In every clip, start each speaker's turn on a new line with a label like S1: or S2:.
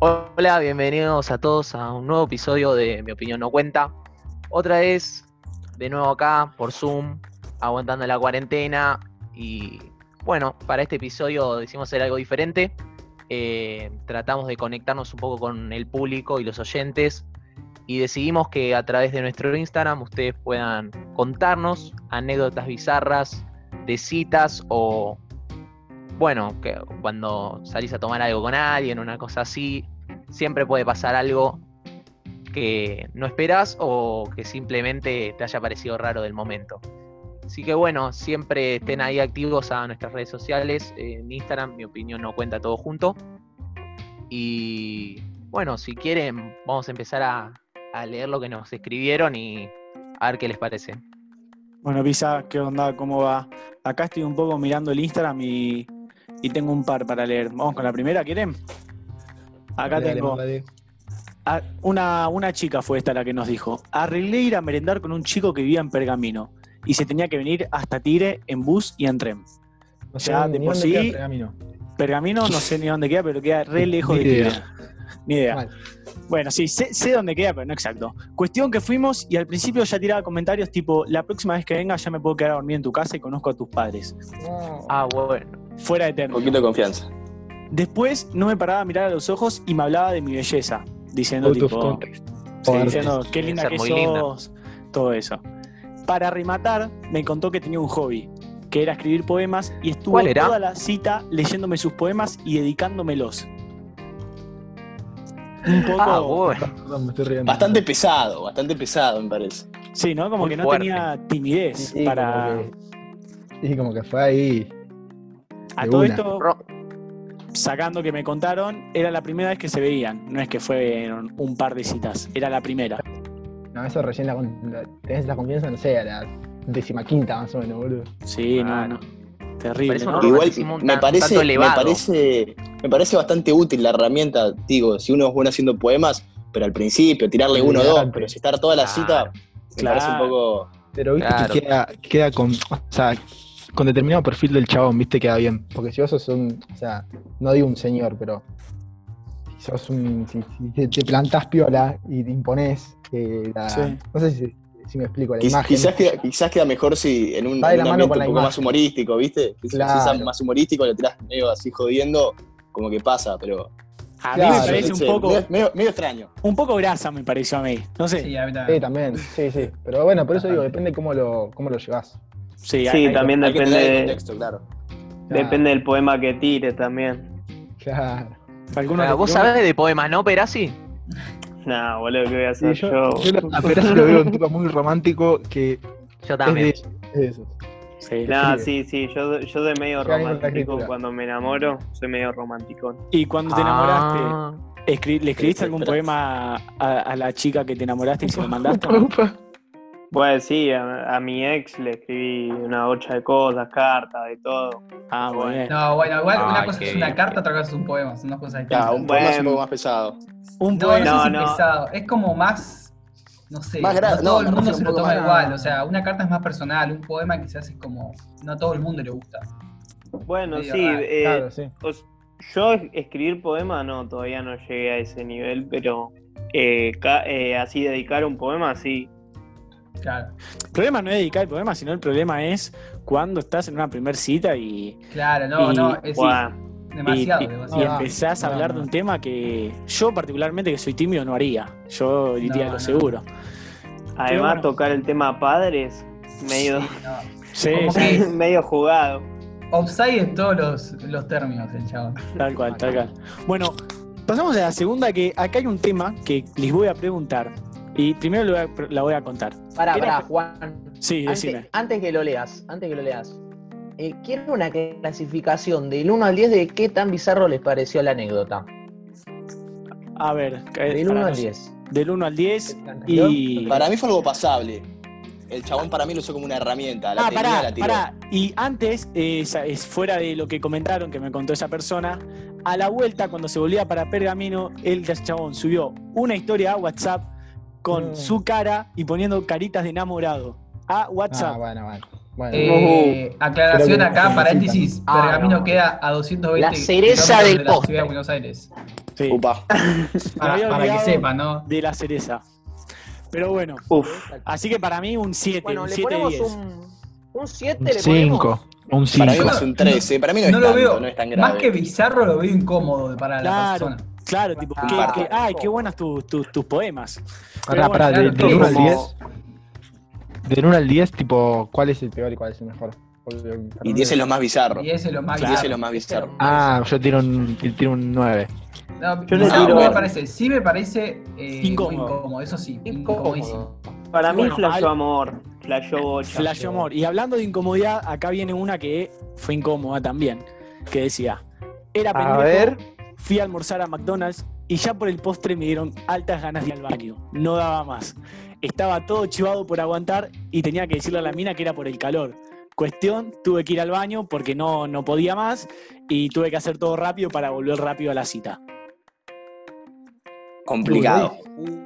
S1: Hola, bienvenidos a todos a un nuevo episodio de Mi Opinión No Cuenta. Otra vez, de nuevo acá por Zoom, aguantando la cuarentena. Y bueno, para este episodio decimos hacer algo diferente. Eh, tratamos de conectarnos un poco con el público y los oyentes. Y decidimos que a través de nuestro Instagram ustedes puedan contarnos anécdotas bizarras de citas o, bueno, que cuando salís a tomar algo con alguien, una cosa así, siempre puede pasar algo que no esperas o que simplemente te haya parecido raro del momento. Así que bueno, siempre estén ahí activos a nuestras redes sociales, eh, en Instagram, mi opinión no cuenta todo junto. Y bueno, si quieren, vamos a empezar a, a leer lo que nos escribieron y a ver qué les parece.
S2: Bueno, Pisa, ¿qué onda? ¿Cómo va? Acá estoy un poco mirando el Instagram y, y tengo un par para leer. Vamos con la primera, ¿quieren? Acá
S3: Dale,
S2: tengo.
S3: dale.
S2: a- una, una chica fue esta la que nos dijo. Arreglé ir a merendar con un chico que vivía en Pergamino y se tenía que venir hasta Tigre en bus y en tren.
S3: No
S2: Ya,
S3: ni
S2: de por
S3: dónde
S2: sí,
S3: queda el pergamino.
S2: Pergamino no sé ni dónde queda, pero queda re lejos
S3: Ni
S2: de Tigre.
S3: idea.
S2: Ni idea.
S3: Mal.
S2: Bueno, sí, sé, sé dónde queda, pero no exacto. Cuestión que fuimos y al principio ya tiraba comentarios tipo, la próxima vez que venga ya me puedo quedar a dormir en tu casa y conozco a tus padres.
S1: Ah, bueno.
S2: Fuera de
S4: Un
S2: término.
S4: poquito de confianza.
S2: Después no me paraba a mirar a los ojos y me hablaba de mi belleza, diciendo
S3: Out of
S2: tipo,
S3: context.
S2: sí,
S3: Fuerte.
S2: diciendo, qué
S1: Debe
S2: linda
S1: ser
S2: que
S1: muy linda".
S2: sos, todo eso. Para rematar, me contó que tenía un hobby, que era escribir poemas y estuvo
S1: ¿Cuál era?
S2: toda la cita leyéndome sus poemas y dedicándomelos. Un poco,
S1: Ah, bueno.
S3: Perdón, me estoy riendo.
S4: Bastante pesado, bastante pesado, me parece.
S2: sí, ¿no? Como
S1: muy
S2: que no
S1: fuerte.
S2: tenía timidez
S3: Sí,
S2: para
S3: como que- sí, como que fue ahí.
S2: a
S3: de
S2: todo
S3: una.
S2: esto,
S1: Ro-
S2: sacando que me contaron, era la primera vez que se veían, no es que fueron un par de citas, era la primera.
S3: No, eso recién la, con- la- tenés esa confianza, no sé, a la décima quinta más o menos, boludo.
S2: Sí,
S1: Claro.
S2: no, no. Terrible,
S1: Parece un
S2: ¿no?
S1: robo.
S4: Igual
S1: romanticismo un
S4: me
S1: tan-
S4: parece,
S1: tanto
S4: me
S1: elevado.
S4: parece, me parece bastante útil la herramienta, digo, si uno es bueno haciendo poemas, pero al principio, tirarle uno o dos,
S3: Adelante.
S4: pero si estar toda la cita,
S1: Claro.
S4: me
S2: Claro.
S4: parece un poco.
S3: Pero viste
S1: Claro.
S3: que queda, queda con, o sea, con determinado perfil del chabón, viste, queda bien. Porque si vos sos un, o sea, no digo un señor, pero si sos un, si, si te, te plantás piola y te imponés, eh, la-
S2: Sí.
S3: no sé si, si me explico, la
S4: Quiz-
S3: imagen.
S4: quizás, queda, quizás queda mejor si en un,
S3: Va de
S4: en un
S3: la mano
S4: ambiente
S3: con
S4: un
S3: la
S4: poco
S3: imagen.
S4: más humorístico, ¿viste? Si- si
S3: Claro.
S4: es más humorístico, le tirás medio así jodiendo, como que pasa, pero.
S2: A mí
S3: Claro,
S2: me parece
S4: no
S2: un
S4: sé,
S2: poco,
S4: Medio, medio- medio extraño.
S2: un poco grasa, me pareció a mí. No sé.
S5: Sí, a mí
S3: Sí,
S5: también.
S3: también, sí, sí. Pero bueno, por eso digo, depende cómo lo, cómo lo llevas.
S2: Sí,
S6: Sí,
S2: hay-
S6: también
S4: Hay que tener el
S6: depende,
S4: contexto, claro.
S6: depende del poema que tire también.
S3: Claro.
S2: algunos
S1: Ah,
S2: le-
S1: Vos sabés de poemas, ¿no, Perassi?
S6: Nah, boludo, ¿qué voy a
S3: Sí,
S6: hacer
S3: yo,
S6: yo?
S3: yo lo- a Perazo lo veo un tipo muy romántico que
S1: Yo
S3: es
S1: también.
S3: de, es de esos.
S2: Sí.
S6: Nah,
S3: escribe.
S6: sí, sí, yo, yo soy medio
S3: Ya viene la
S6: romántico.
S3: escritura.
S6: Cuando me enamoro, soy medio romántico.
S2: Y cuando te enamoraste,
S1: Ah.
S2: escri- ¿le escribiste
S4: Sí,
S2: algún
S4: espera.
S2: poema a, a la chica que te enamoraste y se lo mandaste?
S6: Bueno, sí, a, a mi ex le escribí una bocha de cosas, cartas, de todo.
S2: Ah, muy bien.
S5: No, bueno, igual una
S1: Ay,
S5: cosa
S1: qué
S5: es una
S1: bien.
S5: carta, otra cosa es un poema, son dos cosas distintas.
S4: Claro, un poema es un
S6: Bueno.
S4: poco más pesado.
S2: Un
S5: No, no,
S2: poema.
S5: sé si
S6: No, no.
S5: pesado, es como más, no sé,
S4: Más gra-
S5: no todo
S4: no,
S5: el
S4: me
S5: mundo
S4: refiero
S5: se
S4: un
S5: lo
S4: poco
S5: toma
S4: más-
S5: igual, o sea, una carta es más personal, un poema quizás es como, no a todo el mundo le gusta.
S6: Bueno,
S5: Medio
S6: sí,
S5: raro,
S6: eh,
S3: Claro, sí. Ah,
S6: os- yo es- escribir poema no, todavía no llegué a ese nivel, pero eh, ca- eh, así dedicar un poema, sí.
S5: Claro,
S2: El problema no es dedicar el poema, sino el problema es cuando estás en una primer cita y,
S5: claro, no,
S2: Y-
S5: no, es sí,
S6: Buah,
S5: demasiado,
S2: y- y- y
S5: demasiado.
S3: no,
S2: empezás a
S3: no,
S2: hablar de
S3: no.
S2: un tema que yo particularmente que soy tímido no haría. Yo diría
S5: No,
S2: lo
S5: no.
S2: seguro.
S6: además,
S2: bueno.
S6: tocar el tema padres, medio,
S5: Sí, no.
S2: Sí,
S5: Como
S2: sí,
S5: que-
S6: medio jugado.
S5: Offside en todos los, los términos, el chabón.
S2: Tal cual, tal cual. Bueno, pasamos a la segunda, que acá hay un tema que les voy a preguntar. Y primero lo voy a- la voy a contar.
S7: Pará,
S2: Era-
S7: pará, Juan.
S2: Sí,
S7: Antes,
S2: decime.
S7: antes que lo leas, antes que lo leas. eh, quiero una clasificación del 1 al 10 de qué tan bizarro les pareció la anécdota.
S2: A ver, eh,
S7: Del
S2: para
S7: 1 al
S2: nos-
S7: 10.
S2: Del 1 al 10.
S7: ¿Yo?
S2: Y.
S4: Para mí fue algo pasable. El chabón para mí lo usó como una herramienta. La
S2: Ah,
S4: tenía,
S2: pará,
S4: la tiró.
S2: pará. Y antes, eh, sa- es fuera de lo que comentaron, que me contó esa persona, a la vuelta, cuando se volvía para Pergamino, el chabón subió una historia a WhatsApp con
S3: Mm.
S2: su cara y poniendo caritas de enamorado. A
S3: Ah,
S2: WhatsApp.
S3: bueno, bueno. bueno.
S5: Eh,
S3: Creo
S5: aclaración
S3: que no
S5: acá,
S3: se necesita.
S5: paréntesis,
S7: Ah,
S5: Pergamino
S7: no.
S5: queda a 220
S7: La cereza
S5: kilómetros
S7: del
S5: de la
S7: postre.
S5: ciudad de Buenos Aires.
S2: Sí,
S4: Upa.
S5: Para,
S2: había
S5: para que
S2: olvidado.
S5: sepan, ¿no?
S2: de la cereza. Pero bueno,
S6: Uf,
S2: así que para mí un 7,
S1: Bueno,
S2: un
S1: le
S2: 7 de
S1: ponemos
S2: 10.
S1: un. Un 7,
S3: Un
S1: le ponemos.
S3: 5. Un
S4: Para mí
S3: 5.
S4: más un 13. Para mí no,
S5: No
S4: es
S5: lo
S4: tanto,
S5: veo.
S4: no es tan grave.
S5: Más que bizarro, lo veo incómodo para la
S2: Claro.
S5: persona.
S2: Claro, tipo,
S1: Ah,
S2: qué-
S4: parte.
S2: qué- ay, qué buenas tus, tus- tus poemas.
S3: Pará,
S2: Pero
S3: pará,
S5: bueno,
S3: de-
S5: claro,
S3: del 1 al
S6: como-
S3: 10. Del 1 al 10, tipo, ¿cuál es el peor y cuál es el mejor? Porque-
S4: Y 10 es lo más bizarro.
S5: Y ese es lo más
S4: 10 es
S5: grave.
S4: lo más bizarro.
S3: Ah, yo tiro un, tiro un 9.
S5: No,
S6: Yo le
S5: bizarro
S4: tiro-
S5: me parece. Sí me parece eh, muy
S2: Incómodo.
S5: incómodo. Eso sí, incomodísimo.
S7: Incómodo.
S6: para mí
S2: Bueno,
S6: flasheó
S2: al-
S6: amor, flasheó bocha.
S2: Flash amor. Y hablando de incomodidad, acá viene una que fue incómoda también, que decía, era pendejo, fui a almorzar a McDonald's y ya por el postre me dieron altas ganas de ir al baño. No daba más. Estaba todo chivado por aguantar y tenía que decirle a la mina que era por el calor. Cuestión, tuve que ir al baño porque no, no podía más y tuve que hacer todo rápido para volver rápido a la cita.
S4: Complicado.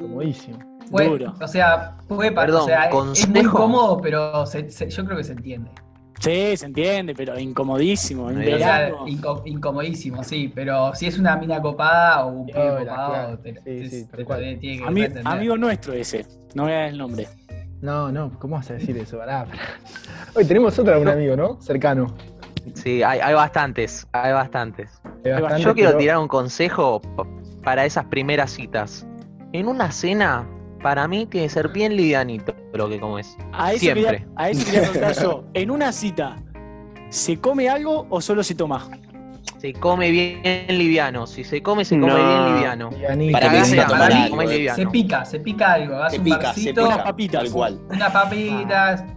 S3: Comodísimo.
S5: Fue-
S2: Duro.
S5: O sea, puede pa-
S1: Perdón,
S5: o sea, es muy
S1: consejo.
S5: incómodo, pero se- se- yo creo que se entiende.
S2: Sí, se entiende, pero incomodísimo. En
S1: Sí.
S5: O sea,
S2: verano.
S5: inco- incomodísimo, sí, pero si es una mina copada o un pibe
S3: Hola,
S5: copado,
S3: claro.
S5: te,
S3: Sí,
S5: te-
S3: sí,
S5: te-
S3: tal cual.
S5: te tiene que
S2: Ami-
S5: entender.
S2: amigo nuestro ese. No voy a dar el nombre.
S3: No, no, ¿cómo vas a decir eso? Pará, pará. Hoy tenemos otra de un amigo, ¿no? Cercano.
S1: Sí, hay, hay bastantes, hay bastantes.
S3: Hay bastante,
S1: Yo quiero
S3: pero-
S1: tirar un consejo p- para esas primeras citas. En una cena, para mí tiene que ser bien livianito lo que comes.
S2: A eso,
S1: Siempre.
S2: quería, a eso quería preguntar yo. ¿En una cita se come algo o solo se toma?
S1: Se come bien liviano. Si se come, se come
S6: No.
S1: bien liviano.
S3: Livianito.
S4: Para mí
S1: Cagás
S4: se
S1: de
S4: toma
S1: hambre,
S5: algo,
S1: comés
S4: eh.
S1: liviano.
S5: Se pica, se pica algo, hace
S4: Se
S5: un
S4: pica, se
S5: barcito,
S4: pica.
S2: papitas.
S4: Tal cual.
S5: unas papitas,
S2: Ah.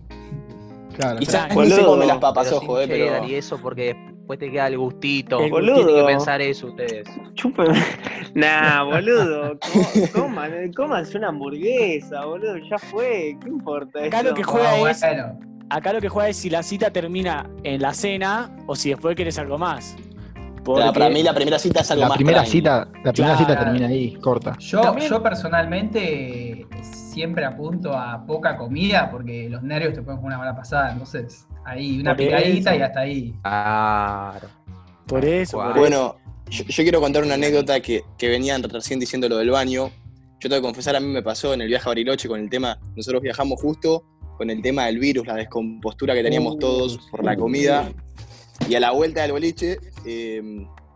S3: Claro.
S4: Y
S2: Claro.
S4: ya ni se
S6: Boludo.
S4: come las papas,
S1: Pero
S4: ojo,
S1: sin
S4: eh,
S1: cheddar
S4: pero.
S1: y eso porque después te queda el gustito.
S2: El
S1: Tienen que
S6: boludo.
S1: pensar eso ustedes.
S6: Chúpeme. Nah, boludo. co- Coman, cómanse una hamburguesa, boludo. Ya fue. ¿Qué importa?
S2: Acá lo
S6: eso?
S2: que juega
S5: No,
S2: es,
S5: bueno,
S2: acá lo que juega es si la cita termina en la cena o si después querés algo más.
S4: Claro,
S2: Porque-
S4: para mí la primera cita es algo
S3: La
S4: más
S3: primera
S4: tranqui.
S3: cita, la primera cita
S5: Claro.
S3: termina ahí, corta.
S5: yo,
S2: También-
S5: yo personalmente siempre apunto a poca comida porque los nervios te pueden jugar una mala pasada, entonces ahí una
S2: Por
S5: picadita
S2: eso.
S5: y hasta ahí.
S1: Claro.
S2: por eso, por eso.
S4: Bueno, yo, yo quiero contar una anécdota que, que venían recién diciendo lo del baño. Yo tengo que confesar, a mí me pasó en el viaje a Bariloche con el tema, nosotros viajamos justo con el tema del virus, la descompostura que teníamos
S2: Uh,
S4: todos por la comida. Y a la vuelta del boliche, eh,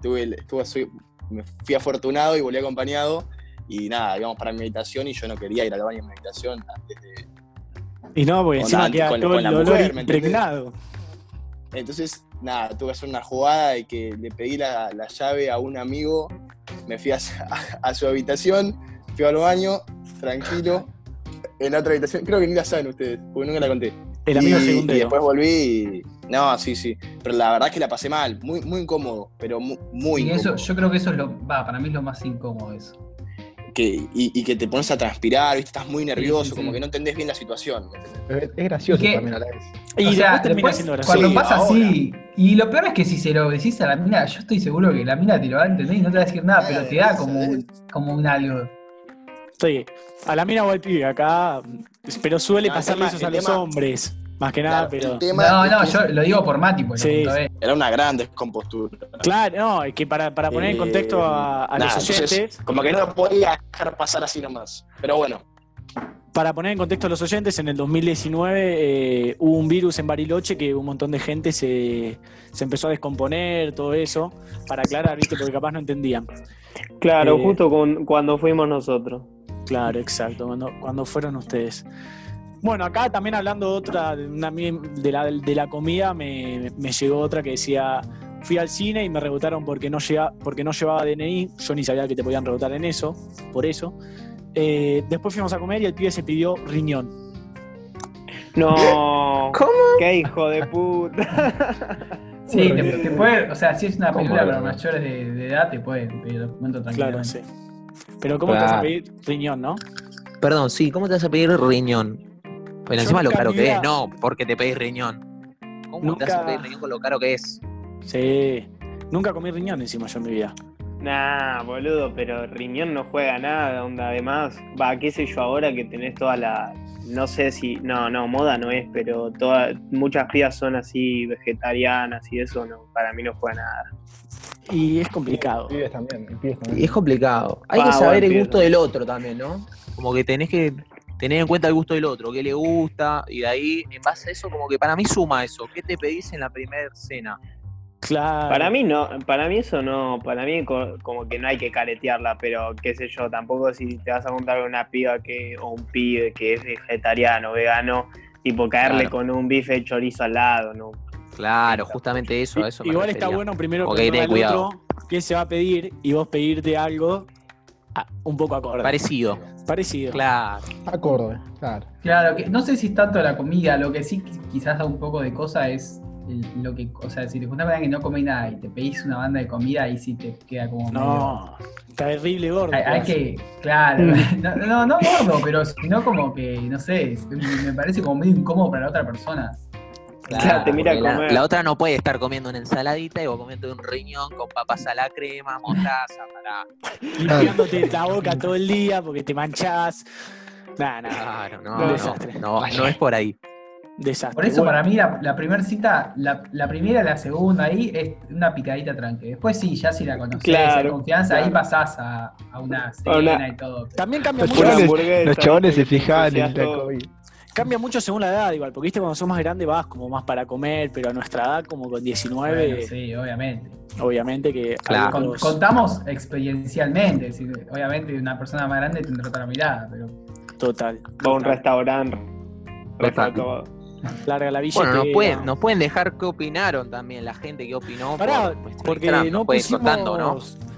S4: tuve, el- tuve- soy- me fui afortunado y volví acompañado. Y nada, íbamos para mi habitación y yo no quería ir al baño en mi habitación antes de,
S2: Y no, porque
S4: con
S2: encima
S4: la-
S2: queda
S4: con-
S2: todo
S4: con
S2: el
S4: la
S2: dolor
S4: mujer, ¿me entendés?
S2: impregnado.
S4: Entonces, nada, tuve que hacer una jugada de que le pedí la, la llave a un amigo, me fui a, su- a su habitación, fui al baño, tranquilo, en la otra habitación. Creo que ni la saben ustedes, porque nunca la conté.
S2: El amigo
S4: y,
S2: secundario.
S4: y después volví y... No, sí, sí. Pero la verdad es que la pasé mal, muy, muy incómodo, pero mu- muy,
S5: Y eso,
S4: incómodo.
S5: yo creo que eso es lo, va, para mí es lo más incómodo eso.
S4: Que, y, y que te pones a transpirar, ¿viste? estás muy nervioso,
S5: sí, sí.
S4: como que no entendés bien la situación. ¿me entendés?
S3: Es es gracioso
S5: ¿Y qué?
S3: también a la vez.
S2: y
S5: O
S2: después
S5: sea,
S2: termina
S5: después,
S2: siendo gracioso.
S5: cuando
S4: Sí,
S5: pasa
S4: ahora.
S5: así, y lo peor es que si se lo decís a la mina, yo estoy seguro que la mina te lo va a entender y no te va a decir nada,
S4: Nada
S5: pero
S4: de
S5: te da
S4: risa,
S5: como
S2: eh.
S5: un, como un algo.
S2: Sí, a la mina o al pibe acá. Pero suele
S4: No, el
S2: pasarle
S4: tema-
S2: eso a
S4: el
S2: los
S4: tema-
S2: hombres. Más que
S4: Claro,
S2: nada, pero.
S4: el tema
S5: No,
S4: es
S5: no,
S4: que
S5: yo lo digo por eh. Mati, porque
S2: Sí,
S5: lo contó él.
S4: Era una gran descompostura.
S2: Claro, no, es que para, para poner en
S4: Eh,
S2: contexto a, a
S4: nada,
S2: los
S4: entonces,
S2: oyentes,
S4: como que no lo podía dejar pasar así nomás. Pero bueno,
S2: para poner en contexto a los oyentes, en el 2019 eh, hubo un virus en Bariloche que un montón de gente se, se empezó a descomponer, todo eso, para aclarar, viste, porque capaz no entendían.
S6: Claro,
S2: Eh.
S6: justo con- cuando fuimos nosotros.
S2: Claro, exacto, cuando, cuando fueron ustedes. Bueno, acá también hablando de otra, de, una mie- de la, de la comida, me, me llegó otra que decía, fui al cine y me rebotaron porque no, llega, porque no llevaba DNI, yo ni sabía que te podían rebotar en eso, por eso. Eh, después fuimos a comer y el pibe se pidió riñón.
S6: No. ¿Cómo? Qué hijo de puta.
S5: Sí,
S3: Muy
S5: te,
S3: bien.
S5: te puede, o sea, si es una
S3: ¿Cómo
S5: película
S3: no?
S5: para mayores de, de edad, te puede pedir documento tranquilo.
S2: Claro, sí. Pero ¿cómo te vas a
S1: Claro.
S2: pedir riñón, no?
S1: Perdón, sí, ¿cómo te vas a pedir riñón? Pero
S2: Yo
S1: encima lo
S2: nunca
S1: caro
S2: en
S1: que
S2: mi
S1: es,
S2: vida-
S1: no, porque te pedís riñón. ¿Cómo te vas
S2: Nunca-
S1: a pedir riñón con lo caro que es?
S2: Sí. Nunca comí riñón encima yo en mi vida.
S6: Nah, boludo, pero riñón no juega nada, onda. Además, va, qué sé yo ahora que tenés toda la. No sé si. No, no, moda no es, pero toda, muchas pías son así vegetarianas y eso, no, para mí no juega nada.
S2: y es complicado.
S3: Pibes también, el pibes también.
S7: Y es complicado. Hay
S6: Ah,
S7: que
S6: bueno,
S7: saber el
S6: entiendo.
S7: gusto del otro también, ¿no?
S1: Como que tenés que tener en cuenta el gusto del otro, qué le gusta, y de ahí, en base a eso, como que para mí suma eso. ¿Qué te pedís en la primera cena?
S2: Claro.
S6: Para mí no, para mí eso no, para mí co- como que no hay que caretearla, pero qué sé yo, tampoco si te vas a juntar con una piba que, o un pibe que es vegetariano, vegano, tipo caerle
S1: Claro.
S6: con un bife de chorizo al lado, ¿no?
S1: Claro, justamente eso, a
S2: I-
S1: eso me
S2: Igual está
S1: refería.
S2: bueno primero
S1: Ok,
S2: preguntarle
S1: ten cuidado.
S2: otro qué se va a pedir y vos pedirte algo a- un poco acorde.
S1: Parecido,
S2: Parecido.
S1: claro.
S3: Acorde, claro.
S5: Claro, que no sé si es tanto la comida, lo que sí qui- quizás da un poco de cosa es el- lo que, o sea, si te juntás con alguien que no come nada y te pedís una banda de comida, ahí sí te queda como medio-
S2: No, está terrible gordo.
S5: Hay, hay que, claro, no, no, no gordo, pero sino como que, no sé, es- me parece como medio incómodo para la otra persona.
S6: Claro, te mira
S1: porque la,
S6: comer.
S1: la otra no puede estar comiendo una ensaladita y vos comiendo un riñón con papas a la crema, mostaza, para.
S2: Limpiándote la boca todo el día porque te manchás. Nah, nah,
S1: Claro, no,
S2: Un
S1: no,
S2: desastre.
S1: no, no es por ahí.
S2: desastre.
S5: Por eso
S2: Bueno,
S5: para mí la, la primera cita, la, la primera y la segunda ahí es una picadita tranque. Después sí, ya si la conoces, hay
S6: Claro,
S5: confianza, ahí
S6: claro.
S5: pasás a, a una
S6: A
S5: cena
S6: una-
S5: y todo. pero-
S2: También cambia
S3: Los
S2: mucho,
S3: chabones,
S6: hamburguesa,
S3: los chabones se
S6: ¿viste?
S3: fijaban en la
S6: Entusiasmo.
S3: comida.
S2: cambia mucho según la edad, igual, porque viste, cuando sos más grande vas como más para comer, pero a nuestra edad, como con 19,
S5: Bueno, sí, obviamente.
S2: obviamente que
S1: Claro.
S5: Con-
S2: algunos-
S5: contamos experiencialmente, es decir, obviamente una persona más grande tendrá otra mirada, pero
S2: total.
S6: Va a un restaurante.
S1: Total.
S6: refacto-
S2: Larga la villa.
S1: Bueno, nos pueden, nos pueden dejar qué opinaron también la gente que opinó.
S2: Pará,
S1: por nuestro
S2: porque
S1: Instagram, nos
S2: no
S1: pueden ir
S2: pusimos...
S1: contando, ¿no?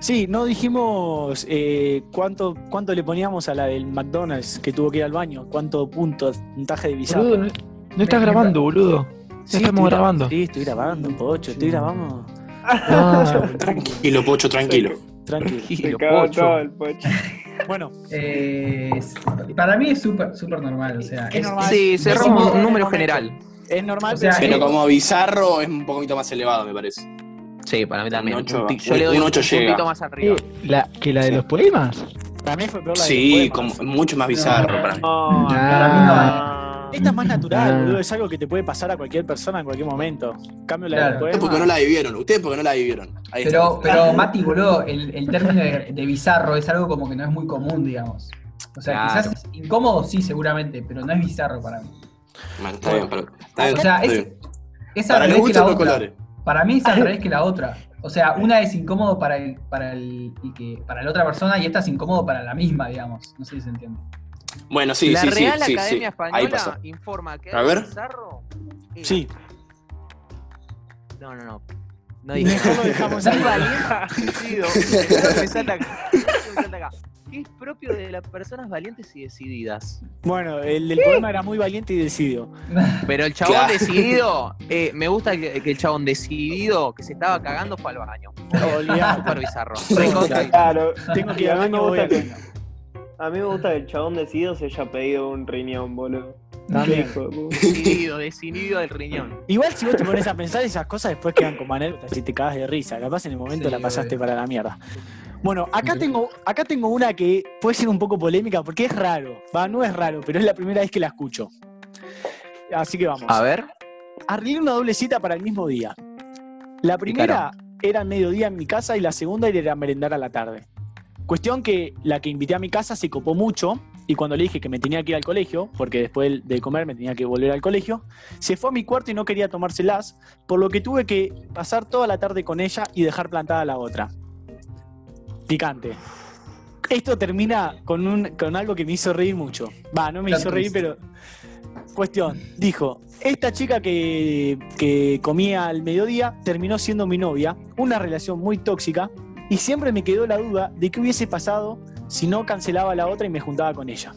S2: Sí, no dijimos eh, cuánto, cuánto le poníamos a la del McDonald's que tuvo que ir al baño, cuánto punto, puntaje de bizarro.
S3: Boludo, no, no estás grabando, boludo.
S2: Sí,
S3: estamos
S2: estoy gra-
S3: grabando.
S2: Sí, estoy grabando, pocho, estoy grabando.
S3: Ah,
S4: Tranquilo, Pocho, tranquilo.
S2: Tranquilo.
S6: Se
S1: Tranquilo,
S6: cagó
S1: Pocho.
S6: todo el pocho.
S2: Bueno,
S5: eh, es- para mí es súper súper normal. O sea,
S2: Es
S5: es-
S2: normal.
S1: Sí, cerramos
S5: Decimos-
S1: un número general.
S2: es normal,
S5: O sea,
S2: pero-
S4: Pero como bizarro es un poquito más elevado, me parece.
S1: Sí, para mí también.
S4: Un ocho,
S1: Un ti- yo le doy
S4: un
S1: un,
S4: ocho llega.
S1: puntito más arriba.
S3: la, ¿Que la de los poemas?
S2: para mí fue peor la de
S4: Sí,
S2: los
S4: como,
S2: poemas.
S4: mucho más bizarro para mí.
S6: No,
S3: Para
S5: mí no
S6: no.
S2: Esta es más natural,
S3: Ah.
S2: boludo, es algo que te puede pasar a cualquier persona en cualquier momento. Cambio la
S5: Claro.
S2: del
S4: Ustedes porque no
S2: poema.
S4: la vivieron, ustedes porque no la vivieron. Ahí está.
S5: pero, pero Mati, boludo, el, el término de, de bizarro es algo como que no es muy común, digamos. O sea,
S1: Claro.
S5: quizás es incómodo sí, seguramente, pero no es bizarro para mí.
S4: Man, está bien, pero- está bien,
S5: O sea,
S4: está
S5: es,
S4: bien.
S5: es al
S4: Para los
S5: revés que
S4: gustos
S5: la
S4: los
S5: otra.
S4: colores.
S5: Para mí es al revés que la otra. O sea, una es incómodo para el, para el, y que, para la otra persona y esta es incómodo para la misma, digamos. No sé si se entiende.
S4: Bueno, sí,
S1: la
S4: sí, sí,
S1: Real
S4: sí,
S1: Academia
S4: sí. Ahí pasó.
S1: Española informa que
S4: A
S1: Alex
S4: ver.
S1: Pizarro era-
S2: Sí,
S1: No, no, no. No dije.
S2: mejor lo
S1: nada.
S2: dejamos
S1: Muy
S2: ahí.
S1: valiente, decidido. Primero me salta acá, primero me salta acá. ¿Qué es propio de las personas valientes y decididas?
S2: Bueno, el del poema era muy valiente y decidido.
S1: Pero el chabón
S4: Claro.
S1: decidido, eh, me gusta que, que el chabón decidido que se estaba cagando fue al baño.
S2: Olvidate.
S1: Super bizarro.
S2: Claro.
S1: Recontra bizarro.
S6: Claro.
S2: Tengo que
S6: Y
S2: ir
S6: a
S2: al
S6: mí me
S2: baño, voy
S6: gusta
S2: al
S6: que-
S2: baño.
S6: A mí me gusta que el chabón decidido se haya pedido un riñón, boludo.
S2: También.
S6: Hijo de puta.
S1: Decidido, decidido del riñón.
S2: Igual si vos te pones a pensar esas cosas después quedan como anécdotas y te cagas de risa. Capaz en el momento
S5: Sí,
S2: la pasaste
S5: obvio.
S2: para la mierda. Bueno, acá tengo, acá tengo una que puede ser un poco polémica porque es raro. Va, no es raro, pero es la primera vez que la escucho. Así que vamos.
S1: A ver.
S2: Arreglé una doble cita para el mismo día. La primera era al mediodía en mi casa y la segunda era merendar a la tarde. Cuestión que la que invité a mi casa se copó mucho y cuando le dije que me tenía que ir al colegio, porque después de comer me tenía que volver al colegio, se fue a mi cuarto y no quería tomárselas, por lo que tuve que pasar toda la tarde con ella y dejar plantada a la otra. Picante. Esto termina con, un, con algo que me hizo reír mucho. Va, no me
S5: Plot
S2: hizo reír,
S5: twist.
S2: pero... Cuestión, dijo, esta chica que, que comía al mediodía terminó siendo mi novia, una relación muy tóxica, y siempre me quedó la duda de qué hubiese pasado si no cancelaba a la otra y me juntaba con ella.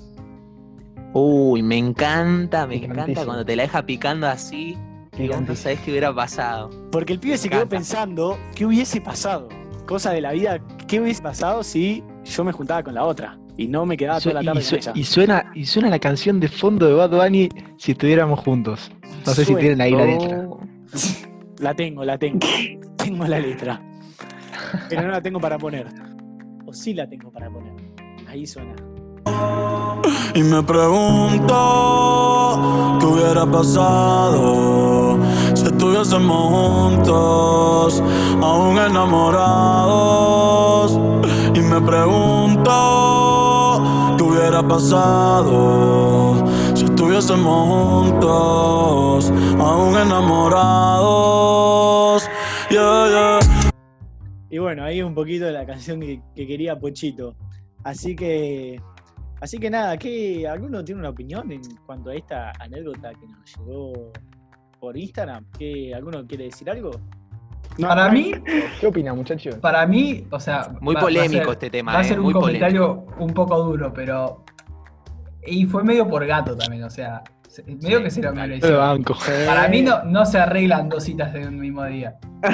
S1: Uy, me encanta, me encanta
S3: Picantísimo.
S1: cuando te la deja picando así y vos no sabés qué hubiera pasado.
S2: Porque el pibe
S1: Me
S2: se quedó
S1: encanta.
S2: pensando qué hubiese pasado, cosa de la vida, qué hubiese pasado si yo me juntaba con la otra y no me quedaba
S3: Y, su-
S2: Ah, toda la tarde
S3: y su-
S2: con ella.
S3: y suena, y suena la canción de fondo de Bad Bunny si estuviéramos juntos. No sé si
S2: Suena.
S3: tienen ahí la letra.
S2: La tengo, la tengo. tengo la letra. Pero no la tengo para poner. O sí la tengo para poner. Ahí suena.
S8: Y me pregunto qué hubiera pasado si estuviésemos juntos. Aún enamorados y me pregunto qué hubiera pasado si estuviésemos juntos, aún enamorados. Yeah, yeah.
S2: Y bueno, ahí un poquito de la canción que, que quería Pochito. Así que. Así que nada, ¿qué, ¿alguno tiene una opinión en cuanto a esta anécdota que nos llegó por Instagram? ¿Qué, ¿Alguno quiere decir algo?
S5: Para mí,
S3: ¿Qué opina, muchachos?
S5: para mí, o sea.
S1: Muy
S5: va- va a
S1: polémico
S5: ser-
S1: este tema,
S5: Va a
S1: eh,
S5: ser un
S1: muy polémico.
S5: comentario un poco duro, pero. Y fue medio por gato también, o sea. se- Medio
S1: Sí,
S5: que se lo mereció.
S3: Yo banco.
S2: Eh,
S5: Para mí no, no se arreglan dos citas de un mismo día.
S3: No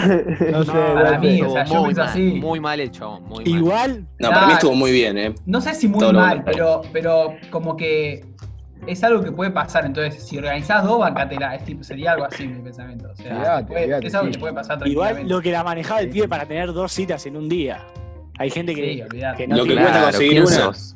S3: sé,
S5: para
S3: no
S5: mí,
S3: sé.
S5: o sea, yo
S1: Estuvo muy
S5: pienso
S1: mal,
S5: así.
S1: muy mal el chabón, muy mal.
S2: Igual,
S4: No, para
S5: Nah.
S4: mí estuvo muy bien, ¿eh?
S5: No sé si muy
S4: Todo lo
S5: mal,
S4: contrario.
S5: pero, pero como que es algo que puede pasar. Entonces, si organizás dos, bancatela. Es tipo, sería algo así mi pensamiento. O sea,
S3: Olvídate,
S5: puede-
S3: olvídate,
S5: es algo
S3: sí.
S5: que puede pasar
S2: igual
S5: tranquilamente.
S2: lo que la manejaba el pibe para tener dos citas en un día. Hay gente que,
S5: Sí, olvidate.
S2: que no
S4: Lo que
S2: tiene
S4: cuesta conseguir
S1: ¿quién
S4: una?
S1: sos?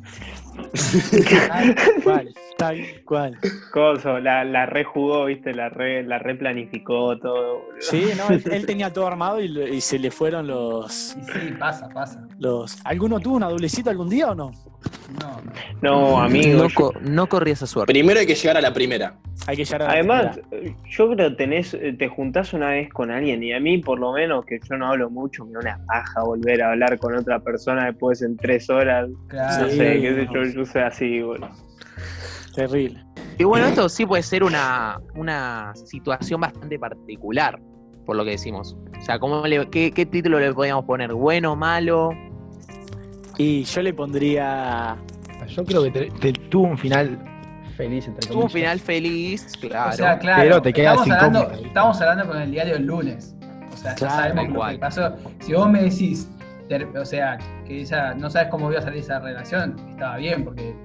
S2: tal cual, tal cual.
S6: Coso, la, la rejugó, viste, la re, la replanificó todo, boludo.
S2: Sí, no, él, él tenía todo armado y, lo- y se le fueron los,
S5: Y sí, pasa, pasa.
S2: los. ¿Alguno tuvo una doble cita algún día o no?
S5: No, no.
S6: No, amigo.
S1: No,
S6: yo-
S1: co- no corrí esa suerte.
S4: Primero hay que llegar a la primera.
S2: Hay que llegar a la
S6: Además,
S2: primera.
S6: yo creo que tenés, eh, te juntás una vez con alguien y a mí, por lo menos, que yo no hablo mucho, me da una paja volver a hablar con otra persona después en tres horas.
S5: Claro.
S6: No
S2: Sí.
S6: sé, qué sé
S2: no.
S6: yo, yo soy así, boludo.
S2: terrible.
S1: Y bueno, esto sí puede ser una, una situación bastante particular, por lo que decimos. O sea, ¿cómo le- qué, qué título le podíamos poner? ¿Bueno, malo?
S2: Y yo le pondría.
S3: Yo creo que te- te- tuvo un final feliz, entre
S1: Tuvo un
S3: comillas.
S1: final feliz, claro.
S5: O sea, claro.
S3: Pero te quedas
S5: estamos,
S3: incómodo.
S5: hablando, estamos hablando con el diario el lunes. O sea, ya
S2: Claro,
S5: sabemos
S1: tal
S5: lo que
S1: cual.
S5: pasó. Si vos me decís, ter- o sea, que esa, no sabes cómo iba a salir esa relación, estaba bien, porque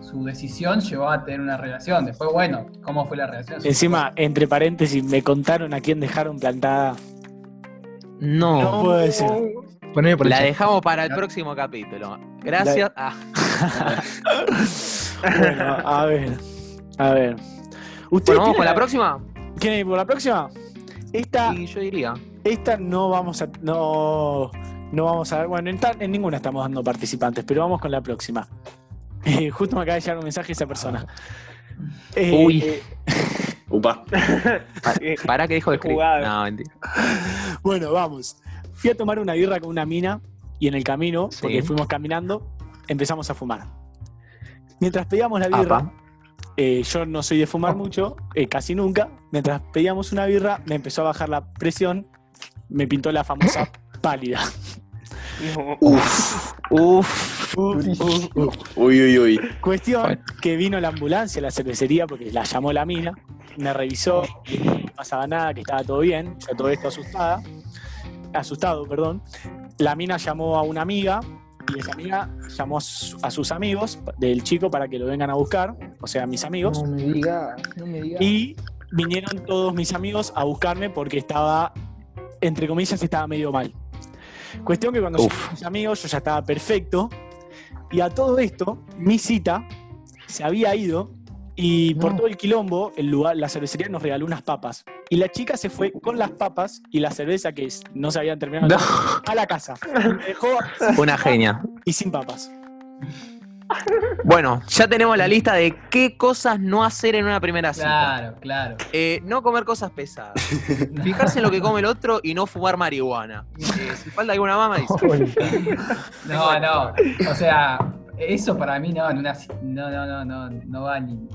S5: su decisión llevó a tener una relación. Después, bueno, ¿cómo fue la relación?
S2: Encima, entre paréntesis, me contaron a quién dejaron plantada.
S1: no,
S2: No puedo decir.
S3: Poneme por el
S1: la
S3: chat.
S1: dejamos para el próximo capítulo. Gracias. Ah,
S2: Bueno, a ver. A ver. ¿Usted
S1: bueno, vamos con la próxima.
S2: ¿Quieren ir por la próxima? Esta,
S1: Y yo diría.
S2: esta no vamos a. No, no vamos a ver. Bueno, en, tal- en ninguna estamos dando participantes, pero vamos con la próxima. Eh, justo me acaba de llegar un mensaje de esa persona. Eh,
S1: Uy.
S2: eh,
S4: Upa.
S1: ¿Para qué dijo de escribir?
S6: Jugado.
S1: No, mentira.
S2: Bueno, vamos. Fui a tomar una birra con una mina y en el camino,
S1: Sí.
S2: porque fuimos caminando, empezamos a fumar. Mientras pedíamos la birra,
S1: Apa. Oh.
S2: eh, yo no soy de fumar mucho, eh, casi nunca. Mientras pedíamos una birra, me empezó a bajar la presión, me pintó la famosa pálida.
S6: No.
S4: Uh,
S1: Uf.
S4: Uy, uy, uy.
S2: Cuestión que vino la ambulancia a la cervecería porque la llamó la mina, me revisó, no pasaba nada, que estaba todo bien, yo todo esto asustada, asustado, perdón. La mina llamó a una amiga y esa amiga llamó a, su- a sus amigos del chico para que lo vengan a buscar, o sea, mis amigos,
S3: No me digas, no me digas.
S2: y vinieron todos mis amigos a buscarme porque estaba, entre comillas, estaba medio mal. Cuestión que cuando
S1: Uf.
S2: llegaron mis amigos yo ya estaba perfecto. Y a todo esto, mi cita se había ido y por
S3: No.
S2: todo el quilombo, el lugar, la cervecería nos regaló unas papas. Y la chica se fue con las papas y la cerveza que es- no se habían terminado
S1: No,
S2: a la casa. Me dejó
S1: una genia.
S2: y sin papas.
S1: Bueno, ya tenemos la lista de qué cosas no hacer en una primera cita.
S5: Claro, claro.
S1: Eh, no comer cosas pesadas. Fijarse en lo que come el otro y no fumar marihuana. Eh, si falta alguna mama, dice.
S5: No, no. O sea, eso para mí no, en una ci- no, no, no, no, no va ni.